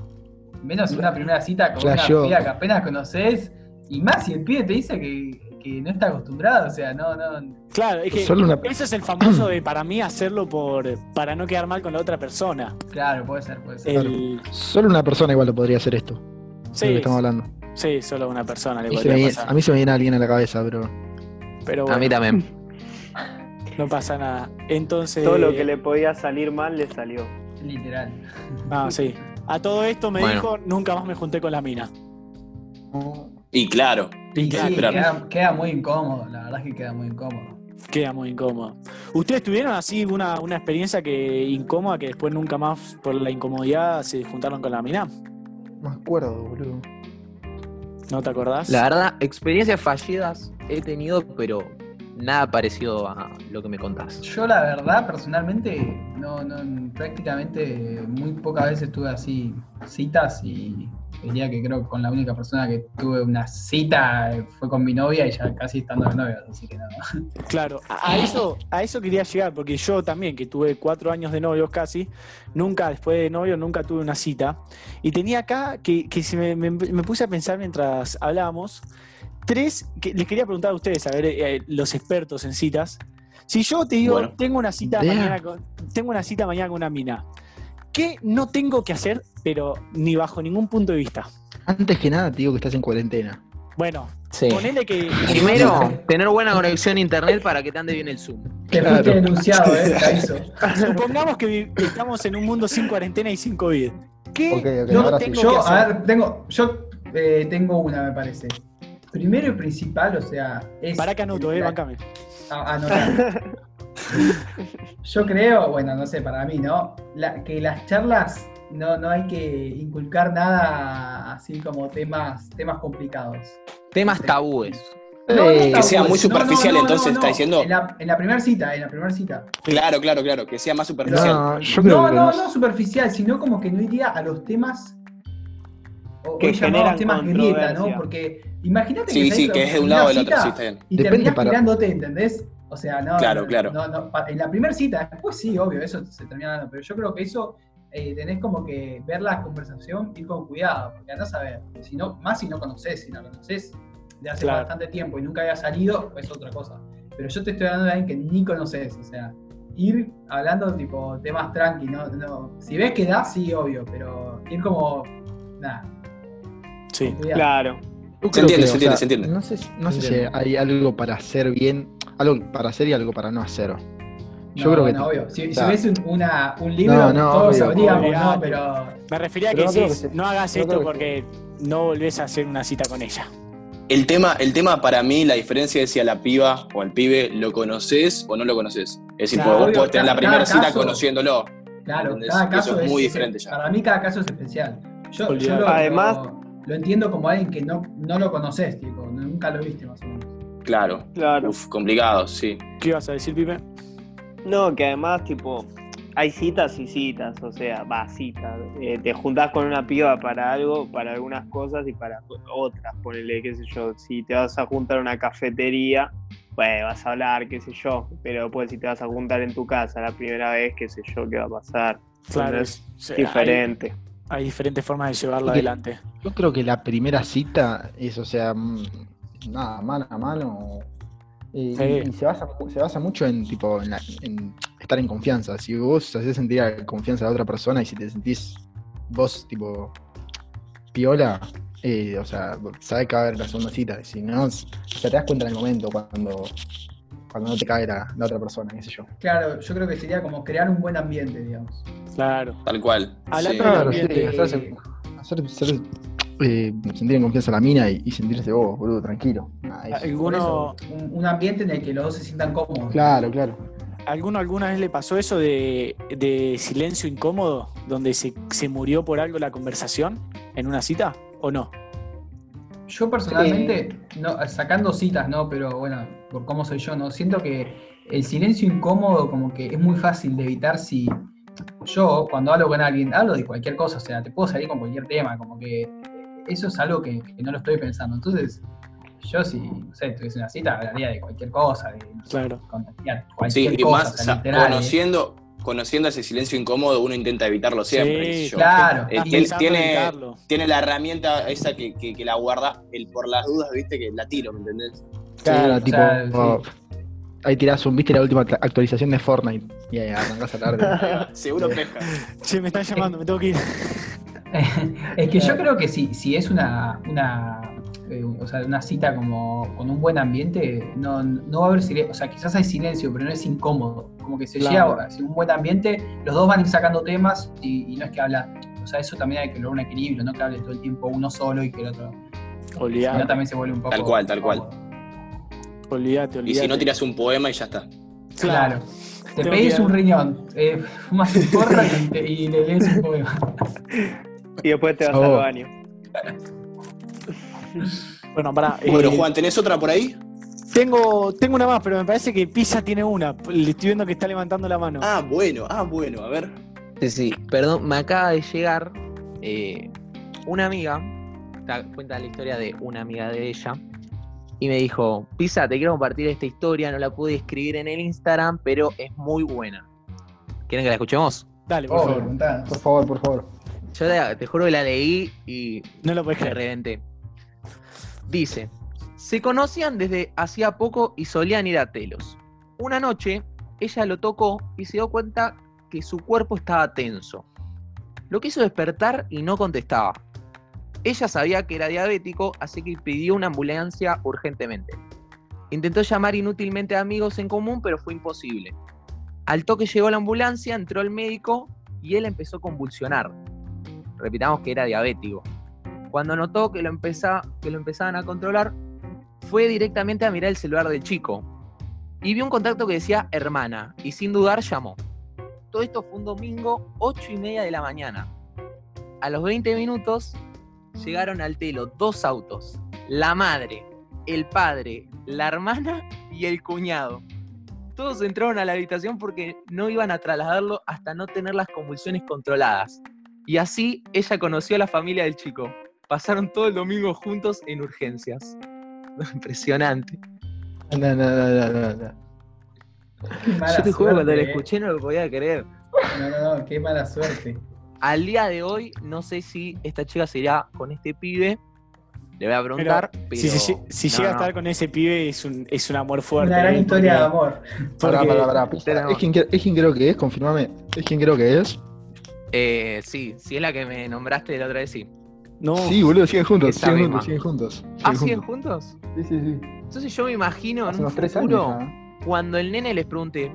S5: Menos en una primera cita con una
S3: Flasheó.
S5: piba que apenas conoces. Y más si el pibe te dice que, que no está acostumbrado, o sea, no, no.
S2: Claro, es que
S3: Solo una-
S2: eso es el famoso de para mí hacerlo por para no quedar mal con la otra persona.
S5: Claro, puede ser, puede ser.
S2: El,
S3: Solo una persona igual lo podría hacer esto. de
S2: sí,
S3: lo que estamos hablando.
S2: Sí, solo a una persona le
S3: Y se me
S2: podría
S3: viene- a
S2: pasar.
S3: mí se me viene alguien a la cabeza, pero.
S2: Pero
S1: A mí
S2: bueno,
S1: también.
S2: no pasa nada. Entonces.
S6: Todo lo que le podía salir mal le salió.
S5: Literal.
S2: No, ah, sí. A todo esto me
S1: Bueno.
S2: dijo, nunca más me junté con la mina.
S4: Y claro.
S5: Y
S4: claro.
S5: sí, queda, queda muy incómodo, la verdad es que queda muy incómodo.
S2: Queda muy incómodo. ¿Ustedes tuvieron así una, una experiencia que incómoda que después nunca más por la incomodidad se juntaron con la mina?
S3: No me acuerdo, boludo.
S2: ¿No te acordás?
S1: La verdad, experiencias fallidas he tenido, pero nada parecido a lo que me contás.
S5: Yo la verdad, personalmente, no, no, prácticamente muy pocas veces tuve así citas y diría que creo que con la única persona que tuve una cita fue con mi novia y ya casi estando de novia, así que nada.
S2: Claro, a a eso, a eso quería llegar, porque yo también, que tuve cuatro años de novios casi, nunca, después de novio, nunca tuve una cita. Y tenía acá, que, que se me, me- me puse a pensar mientras hablábamos, tres, que les quería preguntar a ustedes, a ver, eh, los expertos en citas. Si yo te digo,
S4: Bueno.
S2: tengo, una cita
S3: Damn.
S2: mañana con, tengo una cita mañana con una mina, ¿qué no tengo que hacer, pero ni bajo ningún punto de vista?
S3: Antes que nada, te digo que estás en cuarentena.
S2: Bueno,
S1: Sí.
S2: ponele que...
S1: Primero, tener buena conexión a internet para que te ande bien el Zoom.
S5: Te
S3: Claro.
S5: fuiste denunciado, eh, te aviso.
S2: Supongamos que vi- estamos en un mundo sin cuarentena y sin COVID. ¿Qué
S3: Ok, ok,
S2: no
S3: ahora sí.
S2: tengo que
S5: Yo, a
S2: hacer?
S5: ver, tengo, yo eh, tengo una, me parece. Primero y principal, o sea, es.
S2: Pará que anoto, eh,
S5: la-
S2: bancame.
S5: a- anotar. ah, Yo creo, bueno, no sé, para mí, ¿no? La- que las charlas no, no hay que inculcar nada así como temas, temas complicados.
S1: Temas tabúes.
S5: No, no
S3: Eh,
S5: tabúes.
S4: sea muy
S5: No, no,
S4: superficial,
S5: no, no,
S4: entonces,
S5: no.
S4: está diciendo-
S5: En la, en la primera cita, en la primera cita.
S4: Claro, claro, claro, que sea más superficial.
S3: No, yo creo
S5: no,
S3: que
S5: no,
S3: no.
S5: no superficial, sino como que no iría a los temas o,
S6: Que
S5: hoy llamados
S6: generan
S5: temas grieta, ¿no?
S6: controversia.
S5: Porque imagínate
S4: sí,
S5: que
S4: sí,
S5: salís
S4: que
S5: a
S4: es de un
S5: una
S4: lado o del otro,
S5: cita
S4: sí, está bien.
S5: Y
S3: Depende
S5: terminás
S3: para-
S5: tirándote, ¿entendés? O sea, no.
S4: Claro,
S5: no,
S4: claro.
S5: no, no, pa- en la primera cita, después sí, obvio, eso se termina dando, pero yo creo que eso eh, tenés como que ver la conversación, ir con cuidado, porque andás a ver, si no, más si no conocés, si no conocés de hace
S2: Claro.
S5: bastante tiempo y nunca había salido, es otra cosa. Pero yo te estoy hablando de alguien que ni conoces, o sea, ir hablando tipo temas tranqui, ¿no? no si ves que da, sí, obvio, pero ir como, nada,
S2: Sí.
S5: cuidado.
S6: Claro.
S3: Yo
S4: Se
S3: creo
S4: entiende,
S3: que,
S4: se
S3: o sea,
S4: entiende, se entiende.
S3: No sé, si- no sé si
S2: Entiendo.
S3: hay algo para hacer bien, algo para hacer y algo para no hacer. Yo
S5: No,
S3: creo que
S5: bueno, obvio. Si,
S3: o
S5: si
S3: sea,
S5: ves un, una- un libro,
S3: no,
S5: todos
S3: obvio.
S5: sabríamos,
S2: Obvio.
S5: ¿no? Pero
S2: Me refería a
S3: Pero
S2: que
S3: no creo
S2: decís,
S3: que se-
S2: no hagas
S3: no creo
S2: esto
S3: que
S2: porque no volvés a hacer una cita con ella.
S4: El tema, el tema para mí, la diferencia es si a la piba o al pibe lo conoces o no lo conoces. Es decir,
S2: Claro,
S4: vos
S5: obvio,
S4: podés tener la
S5: cada-
S4: primera
S5: cada
S4: cita
S5: caso.
S4: conociéndolo.
S5: claro,
S4: Entendés,
S5: cada
S4: eso
S5: caso
S4: es
S5: es,
S4: muy diferente ya.
S5: Para mí cada caso es especial. Yo, yo
S2: Olvidar.
S5: lo,
S6: Además-
S5: lo, lo entiendo como alguien que no, no lo conoces, tipo, nunca lo viste más o menos.
S4: Claro.
S6: Claro.
S4: Uf, complicado, sí.
S2: ¿Qué ibas a decir, Pipe?
S6: No, que además, tipo, hay citas y citas, o sea, va, citas. Eh, te juntás con una piba para algo, para algunas cosas y para otras. Ponele, qué sé yo, si te vas a juntar a una cafetería, pues vas a hablar, qué sé yo. Pero pues si te vas a juntar en tu casa la primera vez, qué sé yo, qué va a pasar.
S2: Claro,
S6: Entonces,
S2: es- o sea,
S6: Diferente.
S2: Hay, hay diferentes formas de llevarla
S3: Y que-
S2: adelante.
S3: Yo creo que la primera cita es, o sea, mm, nada, mano a mano. Eh, Y,
S2: Sí.
S3: y- y se, basa, se basa mucho en tipo en la- en estar en confianza. Si vos haces sentir a- confianza a la otra persona y si te sentís vos tipo piola, eh, o sea, sabés que va a haber la segunda cita. Y Si no, s- o sea, te das cuenta en el momento cuando, cuando no te cae la, la otra persona, qué sé yo.
S5: Claro, yo creo que sería como crear un buen ambiente, digamos.
S2: Claro.
S4: Tal cual.
S2: Hablando
S4: sí.
S2: de la-
S3: Claro, sí,
S2: ambiente.
S3: hacerse- hacer, hacer- eh, sentir en confianza a la mina y, y sentirse vos, boludo, tranquilo. Ah, eso.
S5: Por
S2: ¿Alguno,
S5: eso, un, un ambiente en el que los dos se sientan cómodos.
S3: Claro, claro.
S2: ¿Alguno alguna vez le pasó eso de, de silencio incómodo, donde se, se murió por algo la conversación en una cita? ¿O no?
S5: Yo personalmente, no, sacando citas, ¿no? Pero bueno, por cómo soy yo, ¿no? Siento que el silencio incómodo como que es muy fácil de evitar si yo cuando hablo con alguien, hablo de cualquier cosa, o sea, te puedo salir con cualquier tema, como que eso es algo que, que no lo estoy pensando. Entonces, yo si, no sé, tuviese una cita, hablaría de cualquier cosa, de
S2: Claro.
S5: contaría
S4: Sí,
S5: cualquier
S4: y
S5: cosa,
S4: más,
S5: o
S4: o
S5: sea,
S4: sea,
S5: literal, ¿eh?
S4: conociendo, conociendo ese silencio incómodo, uno intenta evitarlo siempre. qué sé yo.
S5: claro.
S4: Eh,
S2: Estás
S4: tiene-
S2: pensando en
S4: tiene-
S2: evitarlo.
S4: Tiene la herramienta esa que, que, que la guardás el- por las dudas, viste, que la tiro, ¿me entendés?
S3: Claro,
S5: Sí,
S3: tipo,
S5: o sea,
S3: oh, ahí tirás un, viste la última act- actualización de Fortnite y ahí arrancás a hablar
S4: Ah, Seguro
S3: Sí.
S4: pesca.
S2: Che, me están llamando, me tengo que ir.
S5: es que yo creo que si, si es una, una, eh, o sea, una cita como con un buen ambiente, no, no va a haber silencio. O sea, quizás hay silencio, pero no es incómodo. Como que se
S2: Claro.
S5: llega a si un buen ambiente, los dos van a ir sacando temas y, y no es que habla. O sea, eso también hay que lograr un equilibrio, no que hable todo el tiempo uno solo y que el otro. Si no,
S2: Olvidate,
S5: también se vuelve un poco.
S4: Tal cual, tal cual.
S5: incómodo.
S2: olvidate,
S4: Y si no,
S2: olvidate.
S4: tiras un poema y ya está.
S5: Claro. Te
S2: Tengo
S5: pedís
S2: que-
S5: un riñón, eh, fumas un porro y, te- y le lees un poema.
S6: Y después te vas
S3: Oh.
S6: al baño.
S2: Bueno, pará.
S4: Bueno,
S2: eh,
S4: Juan, ¿tenés otra por ahí?
S2: Tengo, tengo una más, pero me parece que Pisa tiene una. Le estoy viendo que está levantando la mano.
S4: Ah, bueno, ah, bueno, a ver.
S1: Sí, sí, perdón, me acaba de llegar eh, una amiga, ta- cuenta la historia de una amiga de ella, y me dijo, Pisa, te quiero compartir esta historia, no la pude escribir en el Instagram, pero es muy buena. ¿Quieren que la escuchemos?
S2: Dale, por
S5: Oh,
S2: favor.
S5: contá.
S3: Por favor, por favor.
S1: Yo la- te juro que la leí y
S2: No lo podés
S1: Me
S2: creer.
S1: reventé. Dice, se conocían desde hacía poco y solían ir a telos. Una noche, ella lo tocó y se dio cuenta que su cuerpo estaba tenso. Lo quiso despertar y no contestaba. Ella sabía que era diabético, así que pidió una ambulancia urgentemente. Intentó llamar inútilmente a amigos en común, pero fue imposible. Al toque llegó la ambulancia, entró el médico y él empezó a convulsionar. Repitamos que era diabético. Cuando notó que lo, empeza- que lo empezaban a controlar, fue directamente a mirar el celular del chico. Y vio un contacto que decía hermana, y sin dudar llamó. Todo esto fue un domingo, 8 y media de la mañana. A los 20 minutos llegaron al telo dos autos: la madre, el padre, la hermana y el cuñado. Todos entraron a la habitación porque no iban a trasladarlo hasta no tener las convulsiones controladas. Y así ella conoció a la familia del chico pasaron todo el domingo juntos en urgencias. Impresionante.
S3: No, no, no, no, no, no.
S5: Qué mala
S1: Yo te juro, cuando la
S5: suerte, eh.
S1: escuché no lo podía creer.
S5: No, no, no, qué mala suerte.
S1: Al día de hoy, no sé si esta chica se irá con este pibe. Le voy a preguntar, pero.
S2: Si, si- si- si
S1: no,
S2: llega a
S1: no.
S2: estar con ese pibe es un, es un amor fuerte.
S5: Una gran
S2: ¿eh?
S5: historia de
S2: Porque-
S5: amor.
S3: Pará,
S2: porque-
S3: pará, pará, pisa.
S1: Tenemos-
S3: ¿Es quien, cre- ¿Es quien creo que es? Confirmame. ¿Es quien creo que es?
S1: Eh, sí, sí es la que me nombraste la otra vez, sí.
S2: No,
S3: Sí, boludo, siguen juntos,
S1: Esa
S3: siguen
S1: misma.
S3: juntos, siguen juntos. siguen
S1: ¿Ah, siguen
S3: juntos.
S1: juntos?
S3: Sí, sí, sí.
S1: Entonces yo me imagino
S3: Hace
S1: en un
S3: unos tres
S1: futuro,
S3: años. ya.
S1: cuando el nene les pregunte,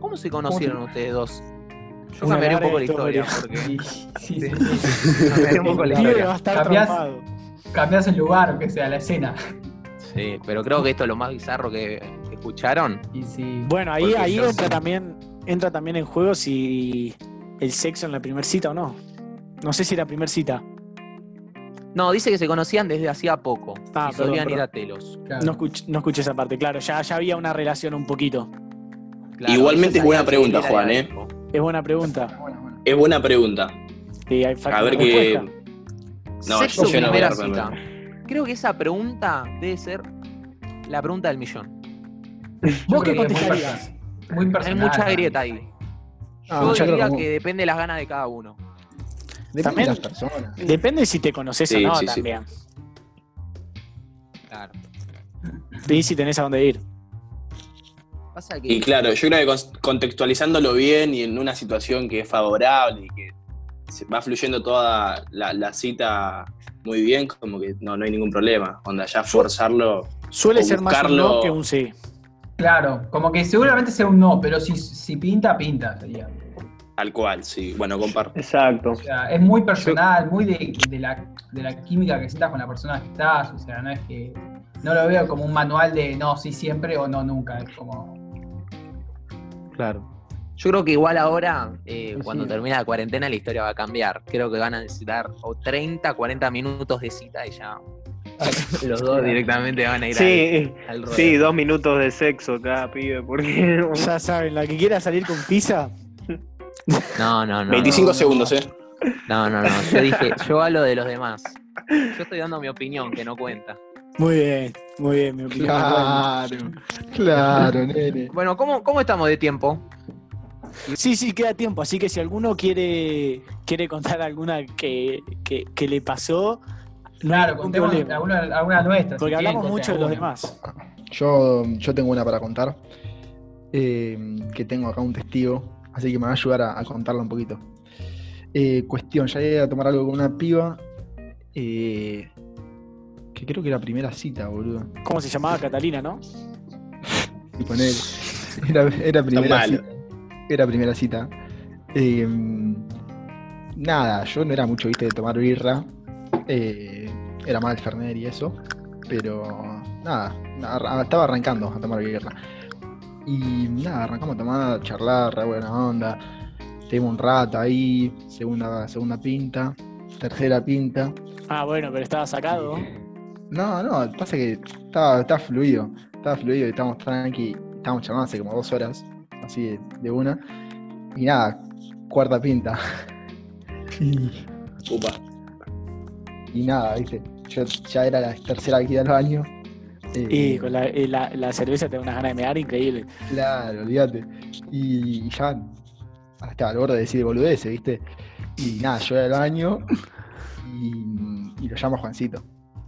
S1: ¿cómo se conocieron ustedes dos? Yo
S2: Una
S1: cambiaré un
S2: larga
S1: poco la historia,
S2: historia.
S1: porque.
S5: Sí, sí, sí.
S1: cambiaré un poco la
S2: el pibe
S1: historia.
S2: va a estar
S5: Cambiás-
S2: traumado.
S5: Cambiás el lugar, o que sea, la escena.
S1: Sí, pero creo que esto es lo más bizarro que que escucharon.
S5: Y sí.
S2: Bueno, ahí,
S1: Porque
S2: ahí
S1: yo
S2: entra
S1: sí.
S2: también entra también en juego si el sexo en la primera cita o no. No sé si la primera cita.
S1: No, dice que se conocían desde hacía poco.
S2: Ah,
S1: y
S2: perdón,
S1: solían ir
S2: perdón.
S1: a telos.
S5: claro.
S2: No escuché, no escuché esa parte, claro, ya, ya había una relación un poquito.
S1: Claro,
S4: Igualmente es
S1: ellos
S4: buena
S1: sabían que
S4: pregunta,
S1: era
S4: Juan, ¿eh?
S1: diabético.
S2: Es buena pregunta.
S5: Bueno, bueno.
S4: Es buena pregunta.
S2: Sí, hay factor
S4: A ver
S2: de
S4: qué.
S2: respuesta.
S4: No,
S1: Sexo
S4: yo no voy
S1: primera
S4: a
S1: cita.
S4: responder.
S1: Creo que esa pregunta debe ser la pregunta del millón.
S5: Yo
S2: ¿Vos qué
S5: creo que es muy
S2: contestarías?
S5: perso- Muy
S1: Hay
S5: personal.
S1: mucha grieta ahí.
S3: Ah,
S1: Yo
S3: yo creo
S1: diría
S3: como-
S1: que depende de las ganas de cada uno.
S3: Depende
S2: También-
S3: de las personas.
S2: Depende si te conoces
S4: Mm. Sí,
S2: o no
S4: sí, sí.
S2: también.
S1: Claro.
S2: Y si tenés a dónde ir.
S1: Pasa que
S4: Y claro, yo creo que con- contextualizándolo bien y en una situación que es favorable y que se va fluyendo toda la, la cita muy bien, como que no, no hay ningún problema. Onda, ya forzarlo.
S2: Suele
S4: O
S2: ser más un
S4: buscarlo-
S2: no que un sí.
S5: Claro, como que seguramente sea un no, pero si, si pinta, pinta. Sería.
S4: Tal cual, sí. Bueno, comparto.
S6: Exacto.
S5: O sea, es muy personal, muy de, de la, de la química que sientas con la persona que estás. O sea, no es que. No lo veo como un manual de no, sí, siempre o no, nunca. Es como.
S3: Claro.
S1: Yo creo que igual ahora, eh,
S3: Sí,
S1: cuando
S3: sí.
S1: termine la cuarentena, la historia va a cambiar. Creo que van a necesitar o 30, 40 minutos de cita y ya. Los dos directamente van a ir
S6: Sí, eh,
S1: al, al ruedo.
S6: sí, dos minutos de sexo cada pibe, porque
S2: Ya saben, la que quiera salir con pizza,
S1: No, no, no.
S4: 25
S5: no, no.
S4: segundos, ¿eh?
S1: No, no, no. Yo dije, yo hablo de los demás. Yo estoy dando mi opinión, que no cuenta.
S2: muy bien, muy bien, mi opinión.
S3: Claro. Claro, nene.
S1: Bueno, ¿cómo, cómo estamos de tiempo?
S2: Sí, sí, queda tiempo, así que si alguno quiere, quiere contar alguna que, que- que le pasó, no hay
S5: Claro,
S2: ningún
S5: contemos
S2: problema.
S5: alguna, alguna nuestra. si
S2: Porque
S5: quieren,
S2: hablamos
S5: conté
S2: mucho de los
S5: alguna.
S2: demás.
S3: Yo, yo tengo una para contar. eh, que tengo acá un testigo. Así que me va a ayudar a, a contarla un poquito. Eh, cuestión, ya llegué a tomar algo con una piba. eh, que creo que era primera cita, boludo.
S2: ¿Cómo se llamaba Catalina, no?
S3: Y poner. Era, era primera
S4: malo.
S3: cita. Era primera cita. Eh, nada, yo no era mucho, viste, de tomar birra. Eh, era más el Fernet y eso. Pero nada, arra- estaba arrancando a tomar birra. Y nada, arrancamos a tomar, charlar, re buena onda. Tengo un rato ahí, segunda, segunda pinta, tercera pinta.
S2: Ah, bueno, pero estaba sacado.
S3: No, no, pasa que estaba, estaba fluido. estaba fluido y estábamos tranqui, estábamos charlando hace como dos horas, así de, de una. Y nada, cuarta pinta. y,
S4: Upa.
S3: y nada, viste, yo ya era la tercera vez que iba al baño. Eh,
S2: Y con la, y la- la cerveza te da unas ganas de mear increíble.
S3: Claro, olvídate. Y, y ya hasta al borde de decir boludeces, ¿viste? Y nada, yo voy al baño y, y lo llamo Juancito.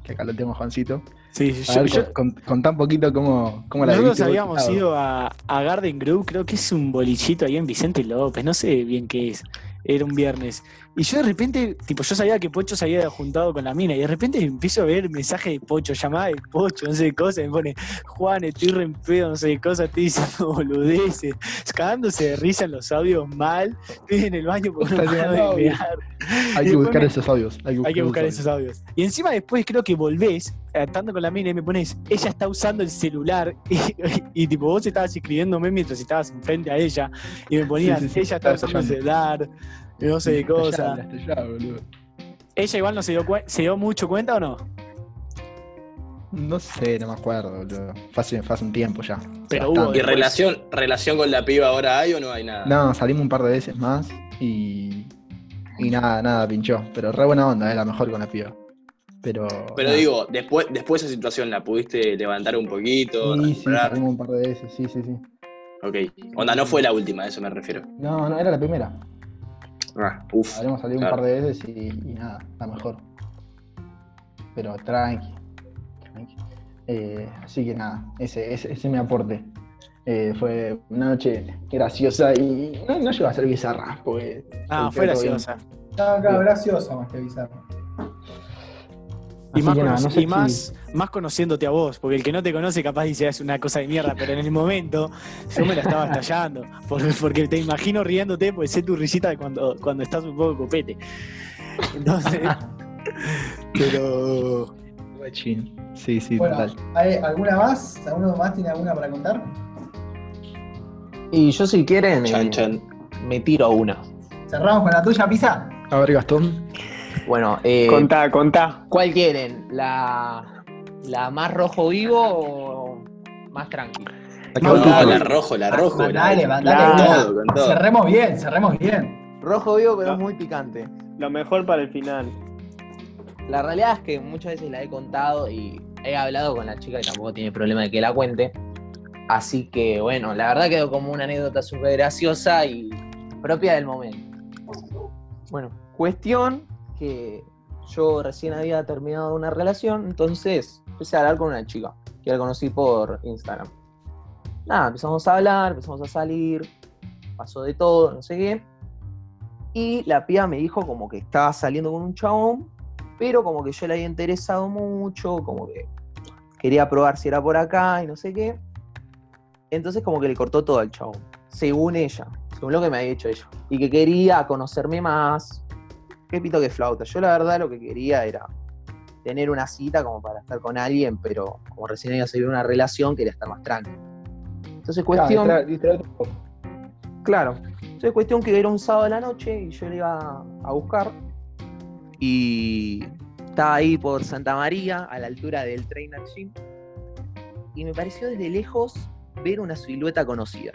S3: Que acá lo tengo a Juancito.
S2: Sí,
S3: A
S2: yo,
S3: ver,
S2: yo-
S3: con, con- contá un poquito cómo, cómo la
S2: nosotros
S3: viviste vos,
S2: habíamos
S3: Gustavo.
S2: ido a, a Garden Grove, creo que es un bolichito ahí en Vicente López, no sé bien qué es. Era un viernes. Y yo de repente, tipo, yo sabía que Pocho se había juntado con la mina. Y de repente empiezo a ver mensajes de Pocho, llamada de Pocho, no sé qué cosa. y Me pone, Juan, estoy re en pedo, no sé qué cosa, estoy diciendo boludeces. Cagándose de risa en los audios mal. Estoy en el baño porque no
S3: Está
S2: puedo
S3: llegando audio.
S2: mear.
S3: Hay
S2: y
S3: que
S2: después
S3: buscar
S2: me-
S3: esos audios. Hay que buscar,
S2: Hay que buscar
S3: esos
S2: esos audios. Y encima después creo que volvés, estando con la mina y me pones, ella está usando el celular y, y tipo vos estabas escribiéndome mientras estabas enfrente a ella y me ponías,
S3: Sí, sí, sí,
S2: ella está
S3: estaba
S2: usando el
S3: escuchando.
S2: celular, y no sé qué
S3: audios.
S2: cosa.
S3: Hasta allá, hasta allá, boludo.
S2: Ella igual no se dio, cuen- se dio mucho cuenta o no,
S3: No sé, no me acuerdo, boludo. Fue hace, fue hace un tiempo ya.
S2: pero
S3: Bastante.
S2: hubo...
S4: ¿Y
S2: después.
S4: relación, relación con la piba ahora hay o no hay nada?
S3: No, salimos un par de veces más y. Y nada, nada, pinchó. Pero re buena onda, era mejor con la piba. Pero.
S4: Pero
S3: nada.
S4: digo, después, después de esa situación la pudiste levantar un poquito,
S3: Sí, sí,
S4: recuperar.
S3: salimos un par de veces, sí, sí, sí.
S4: Ok. Onda, no fue la última, a eso me refiero.
S3: No, no, era la primera.
S4: Ah, uf.
S3: Habremos salido
S4: Claro.
S3: un par de veces y, y nada, la mejor. Pero tranqui. tranqui. Eh, así que nada, ese, ese, ese mi aporte. Eh, fue una noche graciosa y no, no llegó a ser bizarra, porque.
S2: Ah,
S3: porque
S2: fue
S3: todo bien.
S2: graciosa.
S5: Estaba acá este graciosa más que bizarro.
S2: Y,
S3: Así
S2: más,
S3: que nada,
S2: cono-
S3: no sé
S2: y
S3: si-
S2: más, más conociéndote a vos, porque el que no te conoce capaz dice "Ah, es una cosa de mierda, pero en el momento yo me la estaba estallando, por- porque te imagino riéndote, porque sé tu risita de cuando, cuando estás un poco copete. Entonces, pero
S3: Guachín. Sí, sí,
S5: Bueno,
S3: total.
S5: ¿hay alguna más? ¿Alguno más tiene alguna para contar?
S1: Y yo si quieren, eh,
S4: Chan, chan.
S1: me tiro una.
S5: Cerramos con la tuya, Pisa.
S3: A ver, Gastón.
S1: Bueno, eh,
S6: Contá, contá.
S1: ¿cuál quieren? ¿La, ¿La más rojo vivo o más tranqui?
S3: Acá voy
S4: No,
S3: tú,
S4: Ah, la
S3: Javier.
S4: rojo, la rojo.
S5: Mandale,
S4: la-
S5: mandale.
S4: Con
S5: Claro.
S4: todo, con todo.
S5: Cerremos bien, cerremos bien.
S1: Rojo vivo, pero
S6: Ah.
S1: es muy picante.
S6: Lo mejor para el final.
S1: La realidad es que muchas veces la he contado y he hablado con la chica que tampoco tiene problema de que la cuente. Así que bueno, la verdad quedó como una anécdota súper graciosa y propia del momento. Bueno, cuestión que yo recién había terminado una relación, entonces empecé a hablar con una chica que la conocí por Instagram. Nada, empezamos a hablar, empezamos a salir, pasó de todo, no sé qué. Y la piba me dijo como que estaba saliendo con un chabón pero como que yo le había interesado mucho, como que quería probar si era por acá y no sé qué. Entonces como que le cortó todo al chabón, según ella, según lo que me había dicho ella. Y que quería conocerme más. Qué pito que flauta. Yo la verdad lo que quería era tener una cita como para estar con alguien, pero como recién había salido una relación, quería estar más tranquilo. Entonces cuestión...
S3: Ah, distrae- distrae-
S1: Claro. Entonces, cuestión que era un sábado de la noche y yo le iba a buscar. Y estaba ahí por Santa María, a la altura del Trainer Gym. Y me pareció desde lejos ver una silueta conocida.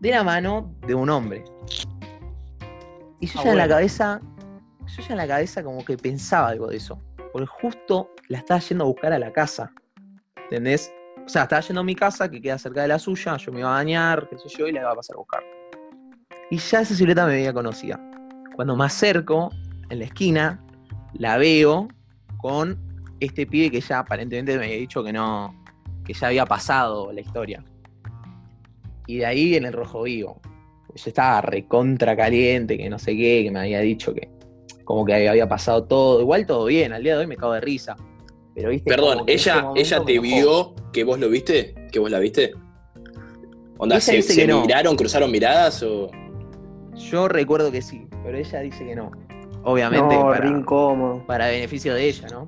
S1: De la mano de un hombre. Y yo
S2: Ah,
S1: ya en la
S2: bueno.
S1: cabeza. Yo ya en la cabeza como que pensaba algo de eso. Porque justo la estaba yendo a buscar a la casa. ¿Entendés? O sea, estaba yendo a mi casa, que queda cerca de la suya, yo me iba a bañar, qué sé yo, y la iba a pasar a buscar. Y ya esa silueta me veía conocida. Cuando me acerco, en la esquina, la veo con este pibe que ya aparentemente me había dicho que no, que ya había pasado la historia. Y de ahí viene el rojo vivo. Pues Yo estaba recontra caliente, que no sé qué, que me había dicho que como que había pasado todo. Igual todo bien, al día de hoy me cago de risa. Pero viste.
S4: Perdón,
S1: como que en ese
S4: ella,
S1: momento
S4: ella
S1: me
S4: te
S1: enojó.
S4: vio que vos lo viste, que vos la viste. Onda,
S1: Ella
S4: ¿se,
S1: dice
S4: se
S1: que no.
S4: miraron, cruzaron miradas o.?
S1: Yo recuerdo que sí, pero ella dice que no. Obviamente,
S6: No, re
S1: para,
S6: incómodo.
S1: para beneficio de ella, ¿no?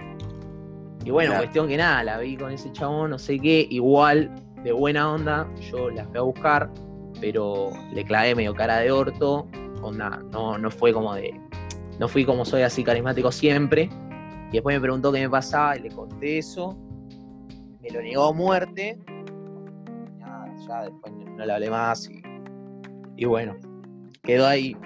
S1: Y bueno,
S4: Claro.
S1: cuestión que nada, la vi con ese chabón, no sé qué, igual, de buena onda, yo la fui a buscar, pero le clavé medio cara de orto, onda, no, no fue como de, no fui como soy así carismático siempre, y después me preguntó qué me pasaba y le conté eso, me me lo negó a muerte. Nada, ya después no le hablé más y, y bueno, quedó ahí.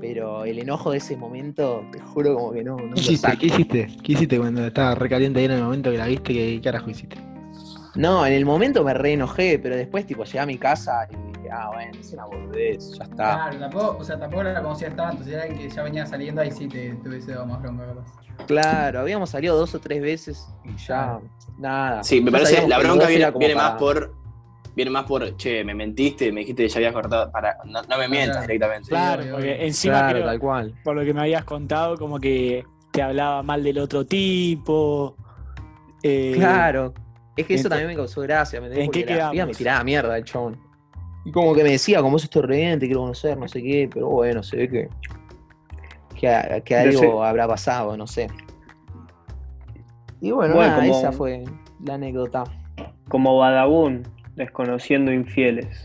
S1: Pero el enojo de ese momento, te juro como que no, no
S3: ¿Qué
S1: lo
S3: hiciste?
S1: saco.
S3: ¿Qué hiciste? ¿Qué hiciste cuando estaba recaliente ahí en el momento que la viste? ¿Qué carajo hiciste?
S1: No, en el momento me re enojé, pero después tipo llegué a mi casa y dije, ah, bueno, es una boludez, ya está.
S5: Claro, tampoco, o sea, tampoco la conocías tanto, si era alguien que ya venía saliendo ahí sí te, te hubiese dado más bronca, capaz.
S1: Claro, habíamos salido dos o tres veces y ya, nada.
S4: Sí, me
S1: Ya
S4: parece,
S1: sabíamos
S4: la
S1: que los
S4: bronca
S1: dos
S4: viene,
S1: era como
S4: viene
S1: para-
S4: más por, viene más por, che, me mentiste, me dijiste que ya habías cortado, para, no, no me mientas
S5: Claro.
S4: directamente.
S2: Claro,
S5: obvio,
S2: porque
S5: obvio.
S2: encima
S9: Claro,
S2: creo,
S9: tal cual.
S2: por lo que me habías contado, como que te hablaba mal del otro tipo. eh,
S1: Claro. Es que eso
S2: Ento-
S1: también me causó gracia, ¿me entendés?
S2: ¿En qué
S1: Porque la piba me
S2: quedamos?
S1: tiraba mierda el chabón. Y como que me decía, como es esto re bien, te quiero conocer, no sé qué, pero bueno, se ve que, que, que algo
S6: Yo
S1: habrá pasado, no sé. Y bueno,
S6: Bueno,
S1: nada,
S6: como-
S1: esa fue la anécdota.
S6: Como Badabun, desconociendo infieles.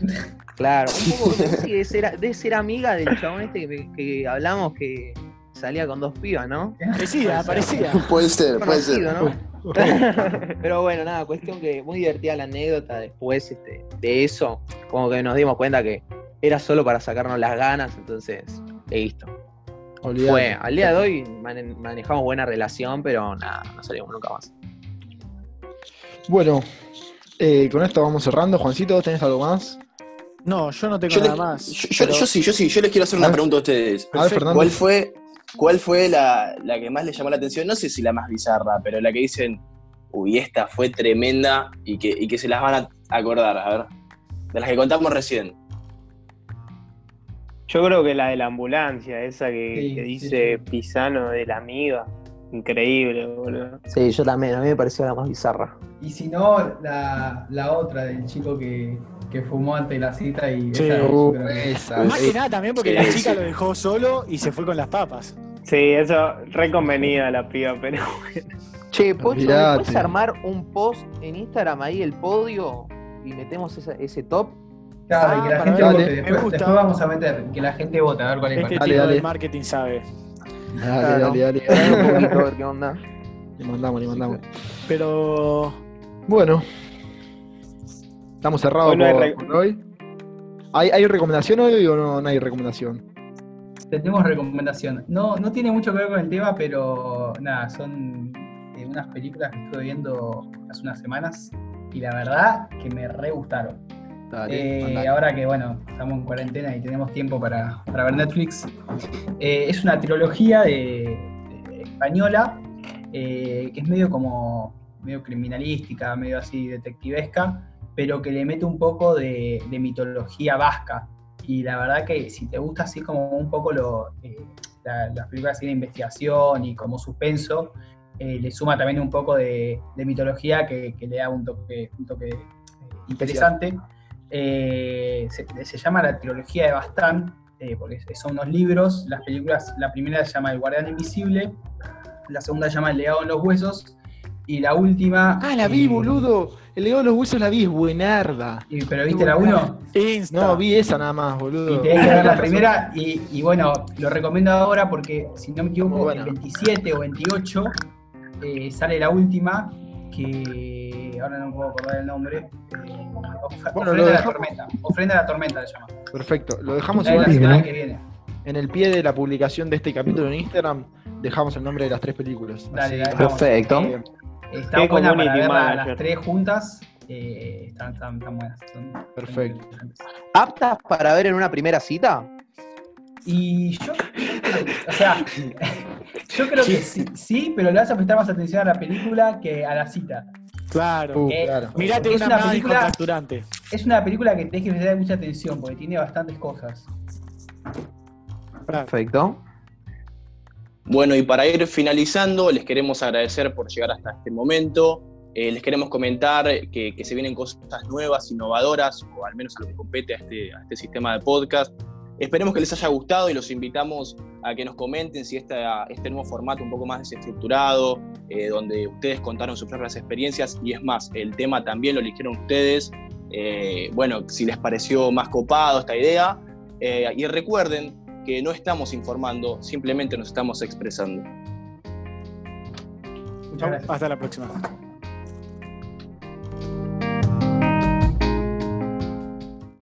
S1: Claro, un poco sí, de, ser, de ser amiga del chabón este que, me- que hablamos que salía con dos pibas, ¿no?
S2: Parecía, parecía.
S10: Puede ser, puede ser.
S1: Conocido, ¿no? Pero bueno, nada, cuestión que muy divertida la anécdota después este, de eso, como que nos dimos cuenta que era solo para sacarnos las ganas, entonces, listo.
S3: Olvidate.
S1: Fue, al día de hoy mane- manejamos buena relación, pero nada, no salimos nunca más.
S3: Bueno, eh, con esto vamos cerrando. Juancito, ¿vos tenés algo más?
S2: No, yo no tengo
S4: Yo, le-
S2: nada más.
S4: yo- yo-
S2: pero-
S4: yo sí, yo sí, yo les quiero hacer
S3: A
S4: una
S3: ver.
S4: pregunta a ustedes.
S3: A ver, Fernando.
S4: ¿Cuál fue, cuál fue la, la que más les llamó la atención? No sé si la más bizarra, pero la que dicen, uy, esta fue tremenda y que, y que se las van a acordar, a ver. De las que contamos recién.
S6: Yo creo que la de la ambulancia, esa que,
S5: Sí,
S6: que
S5: sí,
S6: dice
S5: sí.
S6: Pisano de la amiga. Increíble, boludo.
S1: Sí, yo también, a mí me pareció la más bizarra.
S5: Y si no, la, la otra del chico que, que fumó ante la cita y
S2: Sí.
S5: esa, yo
S3: Uh,
S5: creo que-
S3: esa,
S2: Más que
S3: eh,
S2: nada también porque
S4: Sí,
S2: la chica
S4: sí.
S2: lo dejó solo y se fue con las papas.
S6: Sí, eso, reconvenida la piba, pero.
S1: Che, Pocho, ¿me
S3: Olvidate.
S1: ¿puedes armar un post en Instagram ahí, el podio, y metemos esa- ese top?
S5: Claro,
S2: Ah,
S5: que la
S2: para
S5: gente
S3: ver,
S5: vote.
S3: dale.
S2: Me
S5: Después,
S2: gusta.
S5: después vamos a meter que la gente vote, a ver cuál es
S2: Este
S5: cuál.
S3: Dale,
S2: tipo
S3: dale.
S2: de marketing sabe.
S3: Dale, dale, dale.
S1: Hablar un poquito, a ver qué onda.
S3: Le mandamos, le mandamos.
S2: Pero
S3: Bueno, estamos cerrados
S6: Hoy no hay
S3: por,
S6: re-
S3: por hoy. ¿Hay, ¿Hay recomendación hoy o no, no hay recomendación?
S5: Tenemos recomendación. No, no tiene mucho que ver con el tema, pero nada, son eh, unas películas que estuve viendo hace unas semanas y la verdad que me re gustaron.
S3: Dale,
S5: Eh,
S3: mandale.
S5: ahora que bueno, estamos en cuarentena y tenemos tiempo para, para ver Netflix, eh, es una trilogía de, de- española eh, que es medio como medio criminalística, medio así detectivesca, pero que le mete un poco de, de mitología vasca. Y la verdad que si te gusta así como un poco lo, eh, la- las películas así de investigación y como suspenso, eh, le suma también un poco de, de mitología que, que le da un toque, un toque eh, interesante. Eh, se, se llama la trilogía de Bastán, eh, porque son unos libros, las películas, la primera se llama El Guardián Invisible, la segunda se llama El Legado en los Huesos, y la última...
S3: Ah, la vi,
S5: eh,
S3: boludo. El legado de los huesos la vi, es buenarda.
S5: y- pero viste la 1
S2: Insta.
S3: No, vi esa nada más,
S5: y
S3: boludo.
S5: tenés que ver la primera y, y bueno, lo recomiendo ahora porque si no me
S3: Muy
S5: equivoco,
S3: buena.
S5: el 27 o 28 eh, sale la última que ahora no puedo acordar el nombre. eh, Ofre-
S3: Bueno, lo
S5: ofrenda a la
S3: dejamos.
S5: tormenta. Ofrenda a la tormenta le llama.
S3: Perfecto. Lo dejamos
S5: La de la
S3: igual
S5: semana
S3: en,
S5: que viene.
S3: en el pie de la publicación de este capítulo en Instagram. Dejamos el nombre de las tres películas.
S5: Dale,
S3: Así-
S5: dale, vamos.
S1: Perfecto.
S5: Eh, Está
S6: Qué
S5: buena para
S6: community
S5: verla
S6: manager.
S5: las tres juntas. eh, están, están, están buenas. son- son
S3: Perfecto.
S5: interesantes.
S1: ¿Aptas para ver en una primera cita?
S5: Y yo, o sea, yo creo que sí, sí, pero le vas a prestar más atención a la película que a la cita.
S2: Claro.
S3: Uh,
S5: Eh,
S3: claro.
S2: Mirate
S5: Es
S2: una,
S5: una
S2: más
S5: película-
S2: descontracturante.
S5: Es una película que tenés que prestar mucha atención porque tiene bastantes cosas.
S1: Perfecto.
S4: Bueno, y para ir finalizando, les queremos agradecer por llegar hasta este momento. Eh, les queremos comentar que, que se vienen cosas nuevas, innovadoras, o al menos a lo que compete a este, a este sistema de podcast. Esperemos que les haya gustado y los invitamos a que nos comenten si esta- este nuevo formato un poco más desestructurado, eh, donde ustedes contaron sus propias experiencias y es más, el tema también lo eligieron ustedes. Eh, bueno, si les pareció más copado esta idea. Eh, y recuerden que no estamos informando, simplemente nos estamos expresando.
S5: Muchas gracias.
S2: Hasta la próxima.